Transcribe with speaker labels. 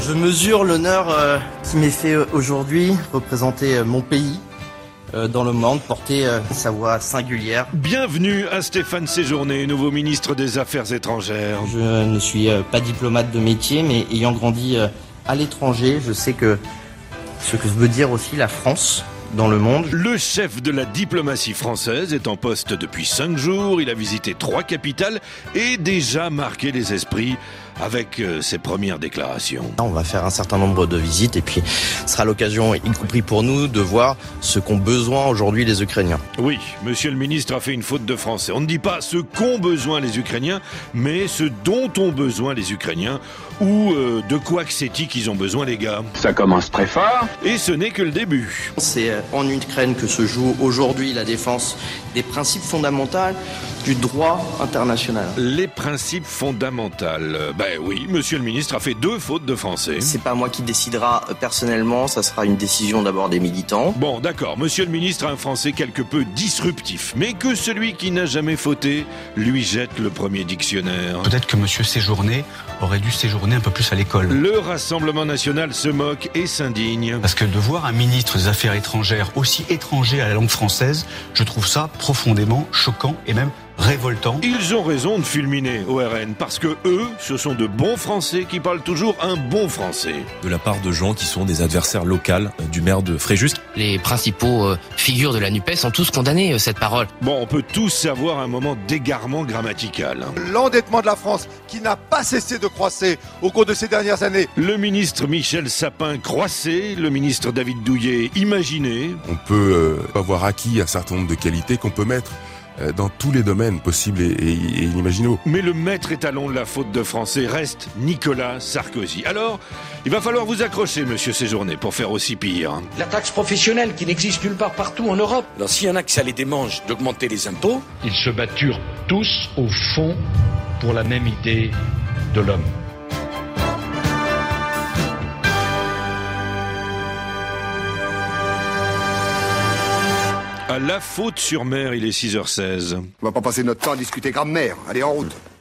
Speaker 1: Je mesure l'honneur euh, qui m'est fait euh, aujourd'hui, représenter euh, mon pays euh, dans le monde, porter euh, sa voix singulière.
Speaker 2: Bienvenue à Stéphane Séjourné, nouveau ministre des Affaires étrangères.
Speaker 1: Je ne suis euh, pas diplomate de métier, mais ayant grandi euh, à l'étranger, je sais que ce que veut dire aussi la France dans le monde.
Speaker 2: Le chef de la diplomatie française est en poste depuis cinq jours. Il a visité trois capitales et déjà marqué les esprits avec euh, ses premières déclarations.
Speaker 1: On va faire un certain nombre de visites et puis ce sera l'occasion, y compris pour nous, de voir ce qu'ont besoin aujourd'hui les Ukrainiens.
Speaker 2: Oui, monsieur le ministre a fait une faute de français. On ne dit pas ce qu'ont besoin les Ukrainiens, mais ce dont ont besoin les Ukrainiens ou euh, de quoi que c'est-il qu'ils ont besoin les gars.
Speaker 3: Ça commence très fort.
Speaker 2: Et ce n'est que le début.
Speaker 1: C'est euh, en Ukraine que se joue aujourd'hui la défense des principes fondamentaux du droit international.
Speaker 2: Les principes fondamentaux. Euh, Ben oui, monsieur le ministre a fait deux fautes de français.
Speaker 1: C'est pas moi qui décidera euh, personnellement, ça sera une décision d'abord des militants.
Speaker 2: Bon, d'accord, monsieur le ministre a un français quelque peu disruptif, mais que celui qui n'a jamais fauté lui jette le premier dictionnaire.
Speaker 4: Peut-être que monsieur Séjourné aurait dû séjourner un peu plus à l'école.
Speaker 2: Le Rassemblement national se moque et s'indigne.
Speaker 4: Parce que de voir un ministre des Affaires étrangères aussi étranger à la langue française, je trouve ça profondément choquant et même révoltant.
Speaker 2: Ils ont raison de fulminer ORN, parce que eux, ce sont de bons Français qui parlent toujours un bon français.
Speaker 5: de la part de gens qui sont des adversaires locaux euh, du maire de Fréjus.
Speaker 6: Les principaux euh, figures de la NUPES ont tous condamné euh, cette parole.
Speaker 2: Bon, on peut tous avoir un moment d'égarement grammatical.
Speaker 7: l'endettement de la France qui n'a pas cessé de croisser au cours de ces dernières années.
Speaker 2: Le ministre Michel Sapin croissé, le ministre David Douillet imaginé,
Speaker 8: On peut euh, avoir acquis un certain nombre de qualités qu'on peut mettre euh, dans tous les domaines possibles et, et- et inimaginables.
Speaker 2: Mais le maître étalon de la faute de français reste Nicolas Sarkozy. Alors, il va falloir vous accrocher, monsieur Séjourné, pour faire aussi pire.
Speaker 9: La taxe professionnelle qui n'existe nulle part partout en Europe. Alors s'il y en a qui ça les démange d'augmenter les impôts,
Speaker 10: Ils se batturent tous, au fond, pour la même idée de l'homme.
Speaker 2: À la faute sur mer, il est 6h16.
Speaker 7: On va pas passer notre temps à discuter grammaire. Allez, en route.